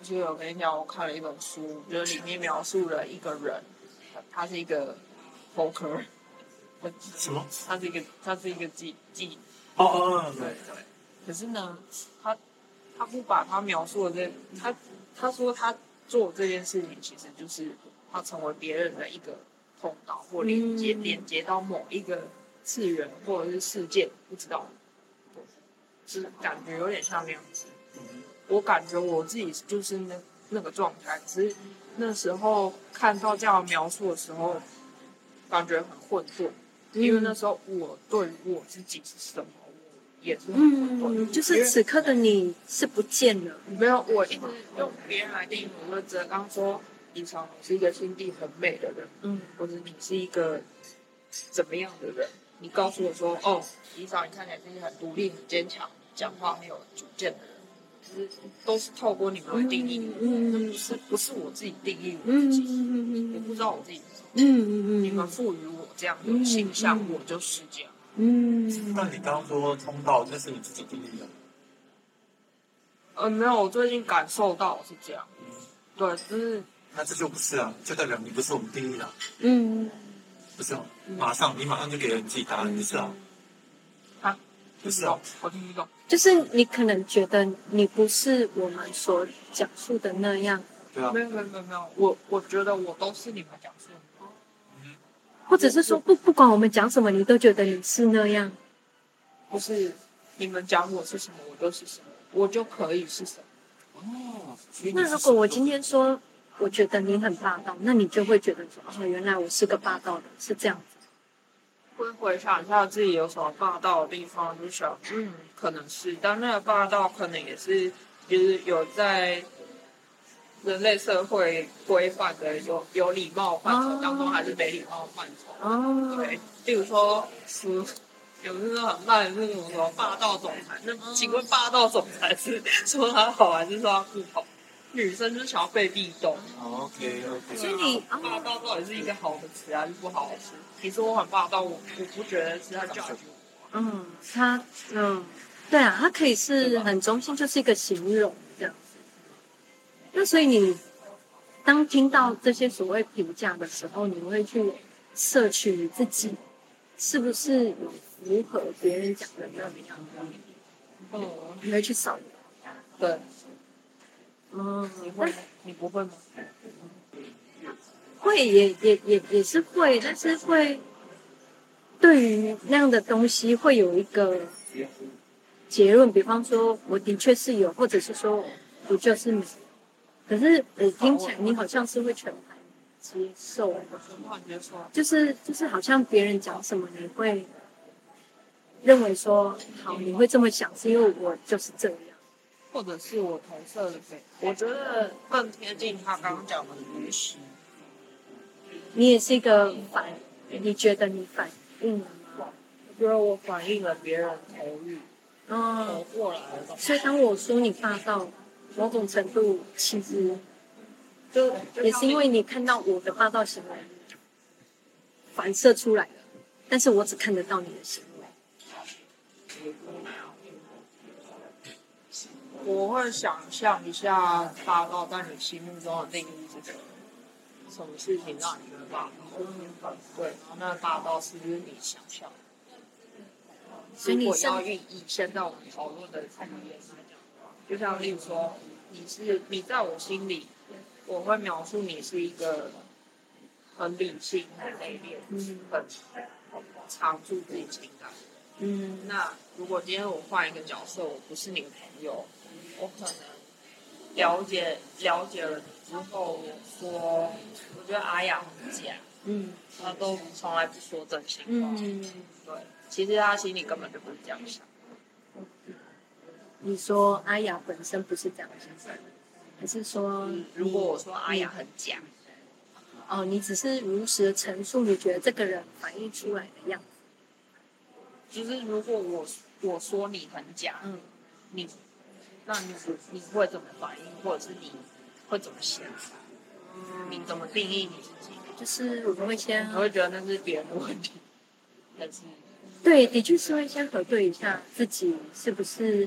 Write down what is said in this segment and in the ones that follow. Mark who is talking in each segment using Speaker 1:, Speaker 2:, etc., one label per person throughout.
Speaker 1: 记得我跟你讲，我看了一本书，就是里面描述了一个人，他是一个 poker，
Speaker 2: 什么？
Speaker 1: 他是一个他是一个记记
Speaker 2: 哦哦
Speaker 1: 对对。可是呢，他他不把他描述的这他他说他做这件事情，其实就是他成为别人的一个通道，或连接、
Speaker 2: 嗯
Speaker 1: 连接到某一个次元或者是事件，不知道，是感觉有点像那样子。我感觉我自己就是那那个状态，只是那时候看到这样的描述的时候，感觉很混沌，因为那
Speaker 3: 嗯
Speaker 1: 时候我对于我自己是什么，我也是很混沌，
Speaker 3: 嗯，就是此刻的你是不见了，
Speaker 1: 没有，我一直用别人来定义我，就只刚说李长你是一个心地很美的人，
Speaker 3: 嗯，
Speaker 1: 或者你是一个怎么样的人？你告诉我说，哦，李长，你看起来是一个很独立、很坚强、讲话很有主见的人，就是都是透过你们来定义你，
Speaker 3: 嗯
Speaker 1: 那不是不是我自己定义我
Speaker 3: 嗯
Speaker 1: 自己，
Speaker 3: 嗯
Speaker 1: 我
Speaker 3: 嗯
Speaker 1: 不知道我自己是什么，
Speaker 3: 嗯嗯
Speaker 1: 你们赋予我这样的形象，
Speaker 3: 嗯嗯
Speaker 1: 我就是这样。
Speaker 3: 嗯
Speaker 2: 那你刚刚说通道，这是你自己定义的，
Speaker 1: 呃，没有，我最近感受到是这样，对，就是
Speaker 2: 那这就不是啊，这个人你不是我们定义的啊，
Speaker 3: 嗯，
Speaker 2: 不是吗？马上你马上就给了你自己答案，不是啊？
Speaker 1: 啊，
Speaker 2: 不是
Speaker 1: 懂
Speaker 2: 啊，，
Speaker 1: 我听不懂。
Speaker 3: 就是你可能觉得你不是我们所讲述的那样，
Speaker 2: 对啊
Speaker 1: 没，有没有没有没有，我我觉得我都是你们讲述的，
Speaker 3: 或者是说不不管我们讲什么，你都觉得你是那样，
Speaker 1: 不是你们讲我是什么，我就是什么，我就可以是什么。
Speaker 2: 哦，
Speaker 3: 那如果我今天说，我觉得你很霸道，那你就会觉得说，哦，原来我是个霸道的，是这样子。
Speaker 1: 会回想一下自己有什么霸道的地方，就想，嗯，可能是，但那个霸道可能也是，就是有在人类社会规范的有有礼貌范畴当中，
Speaker 3: 哦
Speaker 1: 还是没礼貌范畴。
Speaker 3: 哦
Speaker 1: 对，比如说书，有那种很烂的那种什么霸道总裁，那
Speaker 3: 嗯
Speaker 1: 请问霸道总裁是说他好还是说他不好？女生就是想要被壁咚，
Speaker 2: OK OK，
Speaker 3: 所以你
Speaker 1: 霸道到底是一个好的词还是不好的词？你说我很霸道，我我不觉得
Speaker 2: 啊
Speaker 1: 是在 judge 我。
Speaker 3: 嗯，他嗯，对啊，他可以是很中性，就是一个形容这样子。那所以你当听到这些所谓评价的时候，你会去摄取你自己是不是有符合别人讲的那样，
Speaker 1: 嗯，
Speaker 3: 你会去扫。
Speaker 1: 对，
Speaker 3: 嗯，
Speaker 1: 你
Speaker 3: 但
Speaker 1: 会吗？你不会吗？
Speaker 3: 会也也也也是会，但是会对于那样的东西会有一个结论，比方说我的确是有，或者是说我就是没有。可是我听起来你好像是会全盘接受，
Speaker 1: 我很怕接受。
Speaker 3: 就是就是好像别人讲什么你会认为说好，你会这么想是因为我就是这样。
Speaker 1: 或者是我投射的呗，我觉得更贴近他刚刚讲的东西。
Speaker 3: 你也是一个反，你觉得你反应了吗？
Speaker 1: 我觉得我反映了别人口语，
Speaker 3: 嗯
Speaker 1: 投。过来的东西，
Speaker 3: 所以当我说你霸道，某种程度其实
Speaker 1: 就
Speaker 3: 也是因为你看到我的霸道行为反射出来了，但是我只看得到你的行为。
Speaker 1: 我会想象一下霸道在你心目中的定义是什么？什么事情让你觉得霸道？对，然后那个霸道是不是你想象的？
Speaker 3: 所以你
Speaker 1: 如果
Speaker 3: 现
Speaker 1: 要以以现在我们讨论的层面来讲，就像例如说，你是你在我心里，我会描述你是一个很理性、很内敛、很藏住自己情感的人。
Speaker 3: 嗯
Speaker 1: 那如果今天我换一个角色，我不是你的朋友，我可能了解了解了你之后，我说我觉得阿雅很假，
Speaker 3: 嗯
Speaker 1: 她都从来不说真心话。
Speaker 3: 嗯，
Speaker 1: 对，其实她心里根本就不是这样想。
Speaker 3: 你说阿雅本身不是这样想，还是说你
Speaker 1: 如果我说阿雅很假，
Speaker 3: 哦，你只是如实的陈述你觉得这个人反映出来的样子？
Speaker 1: 就是如果我我说你很假，
Speaker 3: 嗯
Speaker 1: 你那你你会怎么反应，或者是你会怎么想？你怎么定义你自己？
Speaker 3: 就是我们会先
Speaker 1: 我会觉得那是别人的问题，但是。
Speaker 3: 对，的确是会先核对一下自己是不是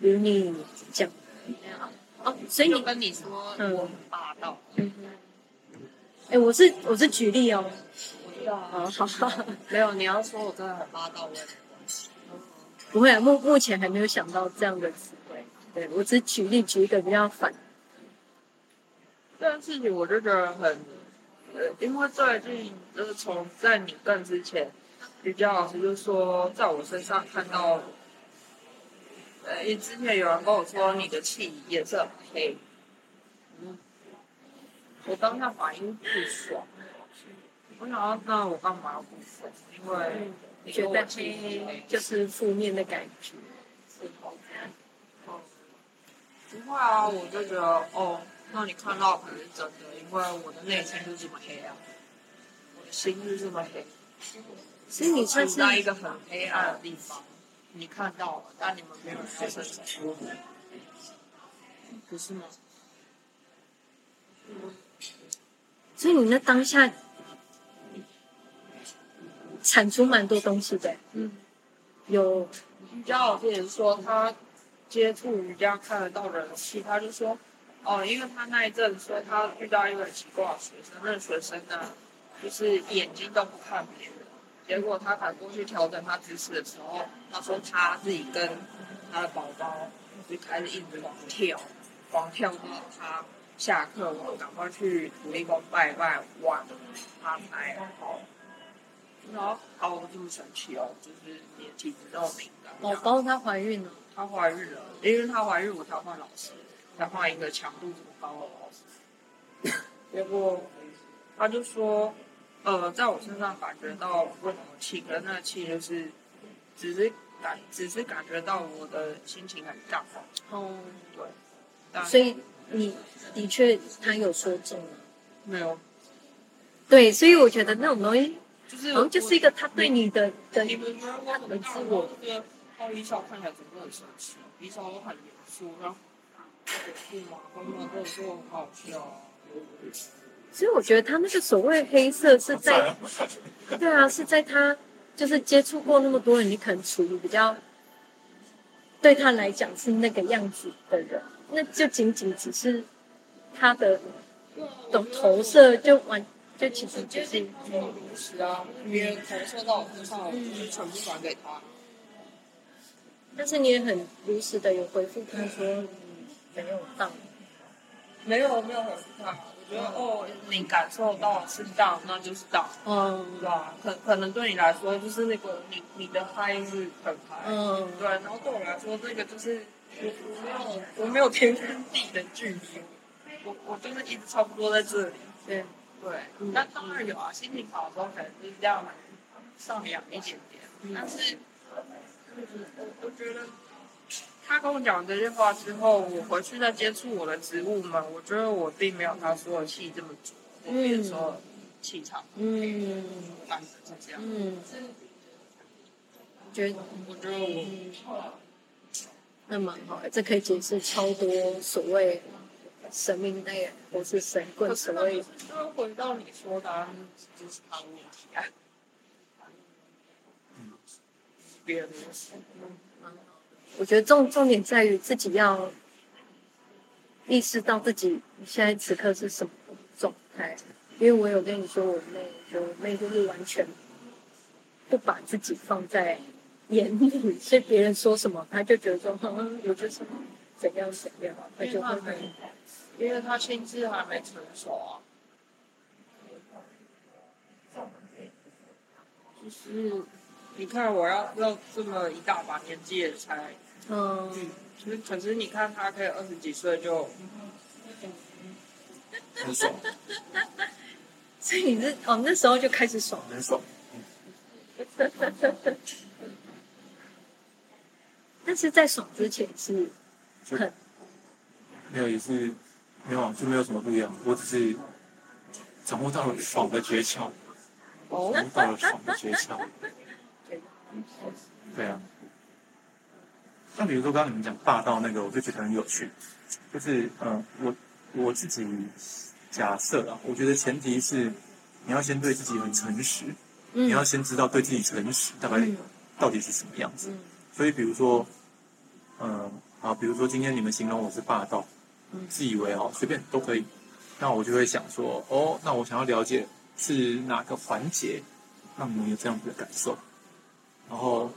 Speaker 3: 与你讲的那样哦，所以
Speaker 1: 就
Speaker 3: 你
Speaker 1: 跟你说
Speaker 3: 嗯
Speaker 1: 我很霸道，
Speaker 3: 哎、我是我是举例哦，
Speaker 1: 我知道啊，
Speaker 3: 哦，好，
Speaker 1: 没有，你要说我真的很霸道，我也没关系。
Speaker 3: 不会啊，目目前还没有想到这样的词汇，对我只举例举一个比较反，
Speaker 1: 这件事情我就觉得很，呃，因为这件事情就是从在你更之前，瑜伽老师就说，在我身上看到，呃，因为之前有人跟我说你的气颜色很黑，嗯，我当下反应不爽，我想要那我干嘛要不爽？因为你
Speaker 3: 嗯觉
Speaker 1: 跟我
Speaker 3: 得
Speaker 1: 气
Speaker 3: 黑
Speaker 1: 黑
Speaker 3: 就是负面的感觉，
Speaker 1: 不会啊，我就觉得哦，那你看到可能是真的，因为我的内心就这么黑啊，我的心就这么黑，
Speaker 3: 所以你算是
Speaker 1: 处在一个很黑暗的地方，你看到了，但你们没有发生什么，不是吗？
Speaker 3: 所以你那当下产出蛮多东西的，欸
Speaker 1: 嗯，
Speaker 3: 有
Speaker 1: 瑜伽老师也说他接触瑜伽看得到人气，他就说哦，因为他那一阵说他遇到一个很奇怪的学生，那个学生呢就是眼睛都不看别人，结果他赶过去调整他姿势的时候，他说他自己跟他的宝宝就开始一直狂跳，狂跳到他下课我赶快去土地公拜拜完，他才好。然后哦，我这么神奇哦，就是你的体质这么敏感，
Speaker 3: 宝宝她怀孕了，
Speaker 1: 她怀孕了，因为她怀孕，我才换老师，才换一个强度这么高的老师。结果他就说，呃，在我身上感觉到不同的气，可是那个气就是，只是感，只是感觉到我的心情很荡晃，
Speaker 3: 哦，
Speaker 1: 但
Speaker 3: 所以你的确她有说中了，
Speaker 1: 没有，
Speaker 3: 对，所以我觉得那种东西
Speaker 1: 就是
Speaker 3: 好像就是一个他对你的的
Speaker 1: 你们觉得我很自我，这个高一少看起来怎么很神奇？一少都很严肃，然后是吗？他们跟我说我好笑啊。
Speaker 3: 所以我觉得他那个所谓黑色是在，对啊，是在他就是接触过那么多人，你可能处于比较对他来讲是那个样子的人，那就仅仅只是他的投投射就完，就其实就
Speaker 1: 接
Speaker 3: 是嗯
Speaker 1: 近他说如实啊，别人投射到我身上，我就是全部转给他。
Speaker 3: 但是你也很如实的有回复他说你没有到，
Speaker 1: 没有没有回复他，我觉得哦，你感受到是当，那就是当，
Speaker 3: 哦，
Speaker 1: 对吧？可可能对你来说就是那个你你的嗨是很嗨，
Speaker 3: 嗯，
Speaker 1: 对，然后对我来说，这个就是我我没有我没有天跟地的距离，我我就是一直差不多在这里。
Speaker 3: 对，
Speaker 1: 对，那当然有啊，心情好的时候可能就是这样上扬一点点，但是我我觉得他跟我讲这些话之后，我回去再接触我的植物们，我觉得我并没有他说的气这么足，我没有说气场，
Speaker 3: 嗯
Speaker 1: 感觉是这样。
Speaker 3: 嗯，觉得。
Speaker 1: 我觉得我
Speaker 3: 那蛮好的，这可以解释超多所谓神明类或是神棍所谓
Speaker 1: 就是回到你说的、啊，就是他的问题啊。别人的事，
Speaker 3: 我觉得重重点在于自己要意识到自己现在此刻是什么状态。因为我有跟你说，我妹，我妹就是完全不把自己放在眼里，所以别人说什么，她就觉得说，嗯，我就是怎样怎样，她
Speaker 1: 因为
Speaker 3: 就
Speaker 1: 他
Speaker 3: 会
Speaker 1: 没，因为他心智还没成熟啊。就是你看，我要要这么一大把年纪也才，
Speaker 3: 嗯，
Speaker 1: 就是可是你看他可以二十几岁就，
Speaker 2: 很爽，
Speaker 3: 所以你是哦那时候就开始爽了，
Speaker 2: 很爽。
Speaker 3: 但是在爽之前是 很
Speaker 2: 没有，也是没有，就没有什么不一样。我只是掌握到了爽的诀窍，
Speaker 1: 哦
Speaker 2: 掌握到了爽的诀窍。对啊。像比如说刚刚你们讲霸道那个，我就觉得很有趣。就是嗯，我我自己假设啊，我觉得前提是你要先对自己很诚实，
Speaker 3: 嗯
Speaker 2: 你要先知道对自己诚实大概
Speaker 3: 嗯
Speaker 2: 到底是什么样子。
Speaker 3: 嗯
Speaker 2: 呃所以比如说，嗯，好，比如说今天你们形容我是霸道，自以为哦随便都可以，那我就会想说哦，那我想要了解是哪个环节让你们有这样子的感受，然后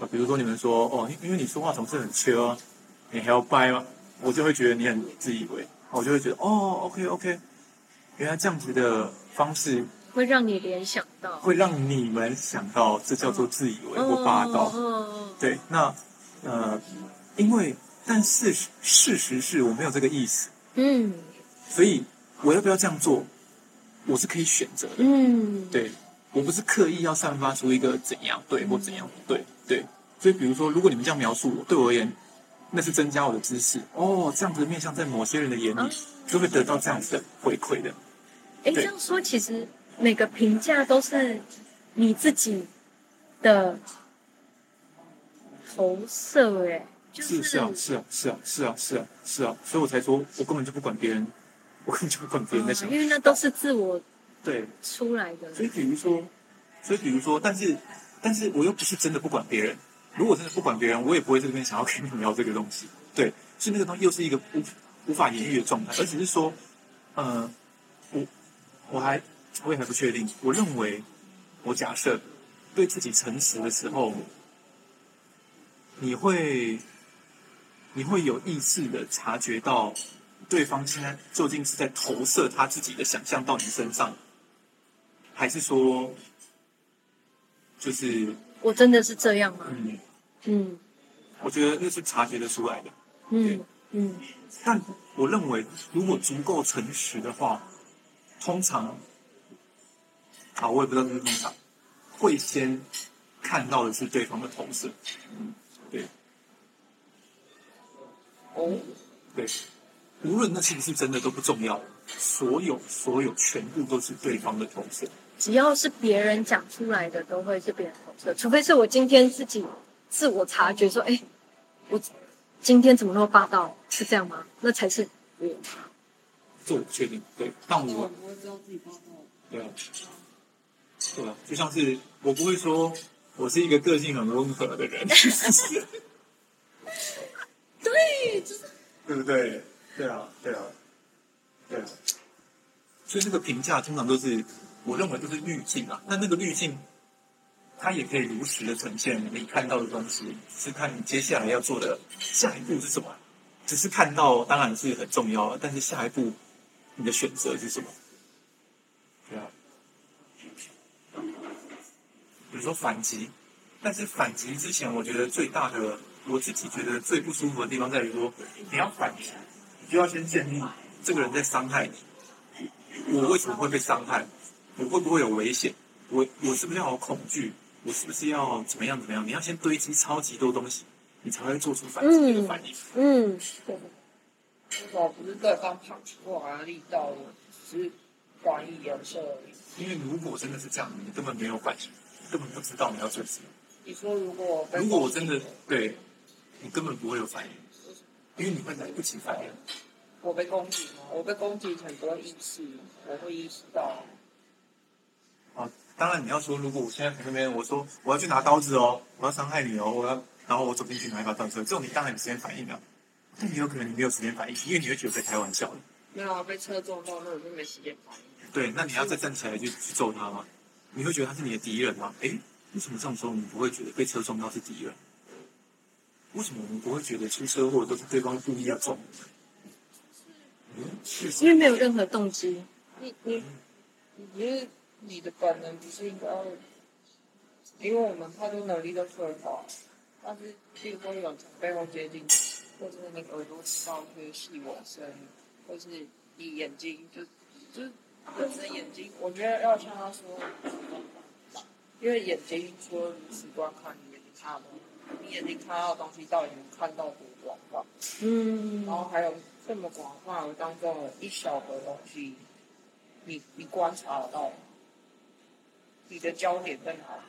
Speaker 2: 呃比如说你们说哦，因因为你说话总是很缺啊，你还要掰嘛，我就会觉得你很自以为，我就会觉得哦，OK OK，原来这样子的方式
Speaker 3: 会让你联想到
Speaker 2: 会让你们想到这叫做自以为或
Speaker 3: 哦
Speaker 2: 霸道。
Speaker 3: 哦
Speaker 2: 对，那呃，因为但事实事实是我没有这个意思，
Speaker 3: 嗯
Speaker 2: 所以我要不要这样做，我是可以选择的。
Speaker 3: 嗯，
Speaker 2: 对我不是刻意要散发出一个怎样对或怎样不对，对。所以比如说，如果你们这样描述我，对我而言，那是增加我的知识哦。这样子的面向在某些人的眼里
Speaker 3: 啊，
Speaker 2: 就会得到这样子的回馈的。
Speaker 3: 哎，这
Speaker 2: 对
Speaker 3: 样说其实每个评价都是你自己的投射，哎，就是
Speaker 2: 是啊，是啊，是啊，是啊，是啊，是啊。所以我才说我根本就不管别人，我根本就不管别人在想
Speaker 3: 嗯。因为那都是自我
Speaker 2: 对，
Speaker 3: 出来的，
Speaker 2: 所以比如说，所以比如说，但是但是我又不是真的不管别人。如果真的不管别人，我也不会在这边想要跟你聊这个东西。对，所以那个东西又是一个无无法言喻的状态，而只是说，呃，我我还我也还不确定。我认为，我假设对自己诚实的时候，你会你会有意识的察觉到对方现在究竟是在投射他自己的想象到你身上，还是说，就是
Speaker 3: 我真的是这样吗？
Speaker 2: 嗯，
Speaker 3: 嗯
Speaker 2: 我觉得那是察觉得出来的。
Speaker 3: 嗯嗯
Speaker 2: 但我认为，如果足够诚实的话，通常，啊，我也不知道是不是通常，会先看到的是对方的投射。对
Speaker 1: 哦，
Speaker 2: 对，无论那是不是真的都不重要，所有所有全部都是对方的投射。
Speaker 3: 只要是别人讲出来的，都会是别人投射，除非是我今天自己自我察觉说，哎、我今天怎么那么霸道？是这样吗？那才是我。
Speaker 2: 这我不确定。对，但
Speaker 4: 但
Speaker 2: 我
Speaker 4: 我不会知道自己报告。
Speaker 2: 对啊，对啊，就像是我不会说我是一个个性很温和的 人，
Speaker 4: 对，就是
Speaker 2: 对不对？对啊，对啊，对啊。所以这个评价通常都是我认为都是滤镜啊，那那个滤镜。它也可以如实的呈现你看到的东西，只是看你接下来要做的下一步是什么。只是看到当然是很重要，但是下一步你的选择是什么？对啊，比如说反击，但是反击之前，我觉得最大的我自己觉得最不舒服的地方在于说，你要反击，你就要先建立这个人在伤害你，我为什么会被伤害？我会不会有危险？我我是不是要有恐惧？我是不是要怎么样怎么样？你要先堆积超级多东西，你才会做出反击的反应。
Speaker 3: 嗯，
Speaker 1: 我不是对方胖出来的力道，我只是怀疑颜色而已。
Speaker 2: 因为如果真的是这样，你根本没有反应，根本不知道你要做什么。
Speaker 1: 你说如果
Speaker 2: 如果我真的对你根本不会有反应，因为你会来不及反应。
Speaker 1: 我被攻击吗？我被攻击很多意识，我会意识到。
Speaker 2: 哦，当然你要说，如果我现在从那边我说我要去拿刀子哦，我要伤害你哦，我要，然后我走进去拿一把断车，这种你当然有时间反应了、啊但也有可能你没有时间反应，因为你会觉得被开玩笑了。
Speaker 1: 没有啊被车撞到，那我就没时间反应。
Speaker 2: 对，那你要再站起来去去揍他吗？你会觉得他是你的敌人吗？诶，为什么这种时候我们不会觉得被车撞到是敌人？为什么我们不会觉得出车祸都是对方故意要撞我们？嗯，是
Speaker 3: 因为没有任何动机。
Speaker 1: 你你你不是你的本能，不是应该要，因为我们太多能力都缺乏。但是，譬如说有从背后接近，或者是你耳朵听到一些细纹声，或是你眼睛就就是本身眼睛，我觉得要像他说，因为眼睛说如此观看你眼睛看到的东西，你眼睛看到的东西到底能看到多广泛？
Speaker 3: 嗯
Speaker 1: 然后还有这么广泛当中的一小个东西，你你观察得到，你的焦点在哪里？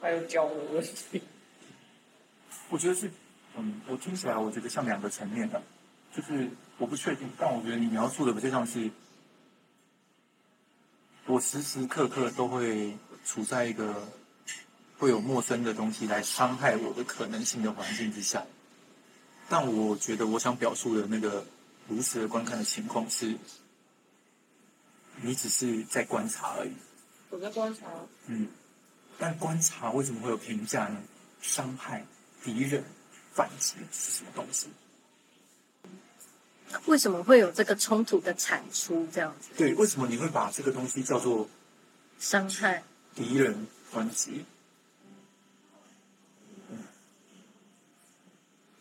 Speaker 1: 还有焦的问题，
Speaker 2: 我觉得是，嗯，我听起来我觉得像两个层面的，就是我不确定，但我觉得你描述的比较像是，我时时刻刻都会处在一个会有陌生的东西来伤害我的可能性的环境之下。但我觉得我想表述的那个如实的观看的情况是，你只是在观察而已。
Speaker 1: 我在观察，
Speaker 2: 嗯，但观察为什么会有评价呢？伤害、敌人、反击是什么东西？
Speaker 3: 为什么会有这个冲突的产出？这样子
Speaker 2: 对，为什么你会把这个东西叫做
Speaker 3: 伤害，
Speaker 2: 敌人反击？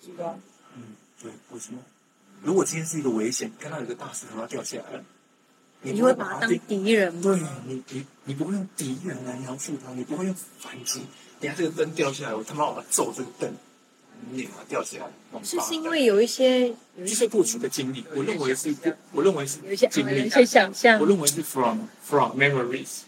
Speaker 1: 知道？
Speaker 2: 嗯，对，为什么？如果今天是一个危险，看到有个大石头要掉下来了，
Speaker 3: 你
Speaker 2: 不
Speaker 3: 会把它当
Speaker 2: 定
Speaker 3: 敌人吗？
Speaker 2: 对你，你你不会用敌人来描述它，你不会用反击。等下这个灯掉下来，我他妈我要揍这个灯，你把它掉下来。王八
Speaker 3: 是
Speaker 2: 蛋
Speaker 3: 是因为有一些有
Speaker 2: 这
Speaker 3: 一些
Speaker 2: 是过去的经历，我认为是，我认为是
Speaker 3: 有一些啊
Speaker 2: 经
Speaker 3: 有
Speaker 2: 历
Speaker 3: 一，些想象
Speaker 2: 我，认为是 from from memories，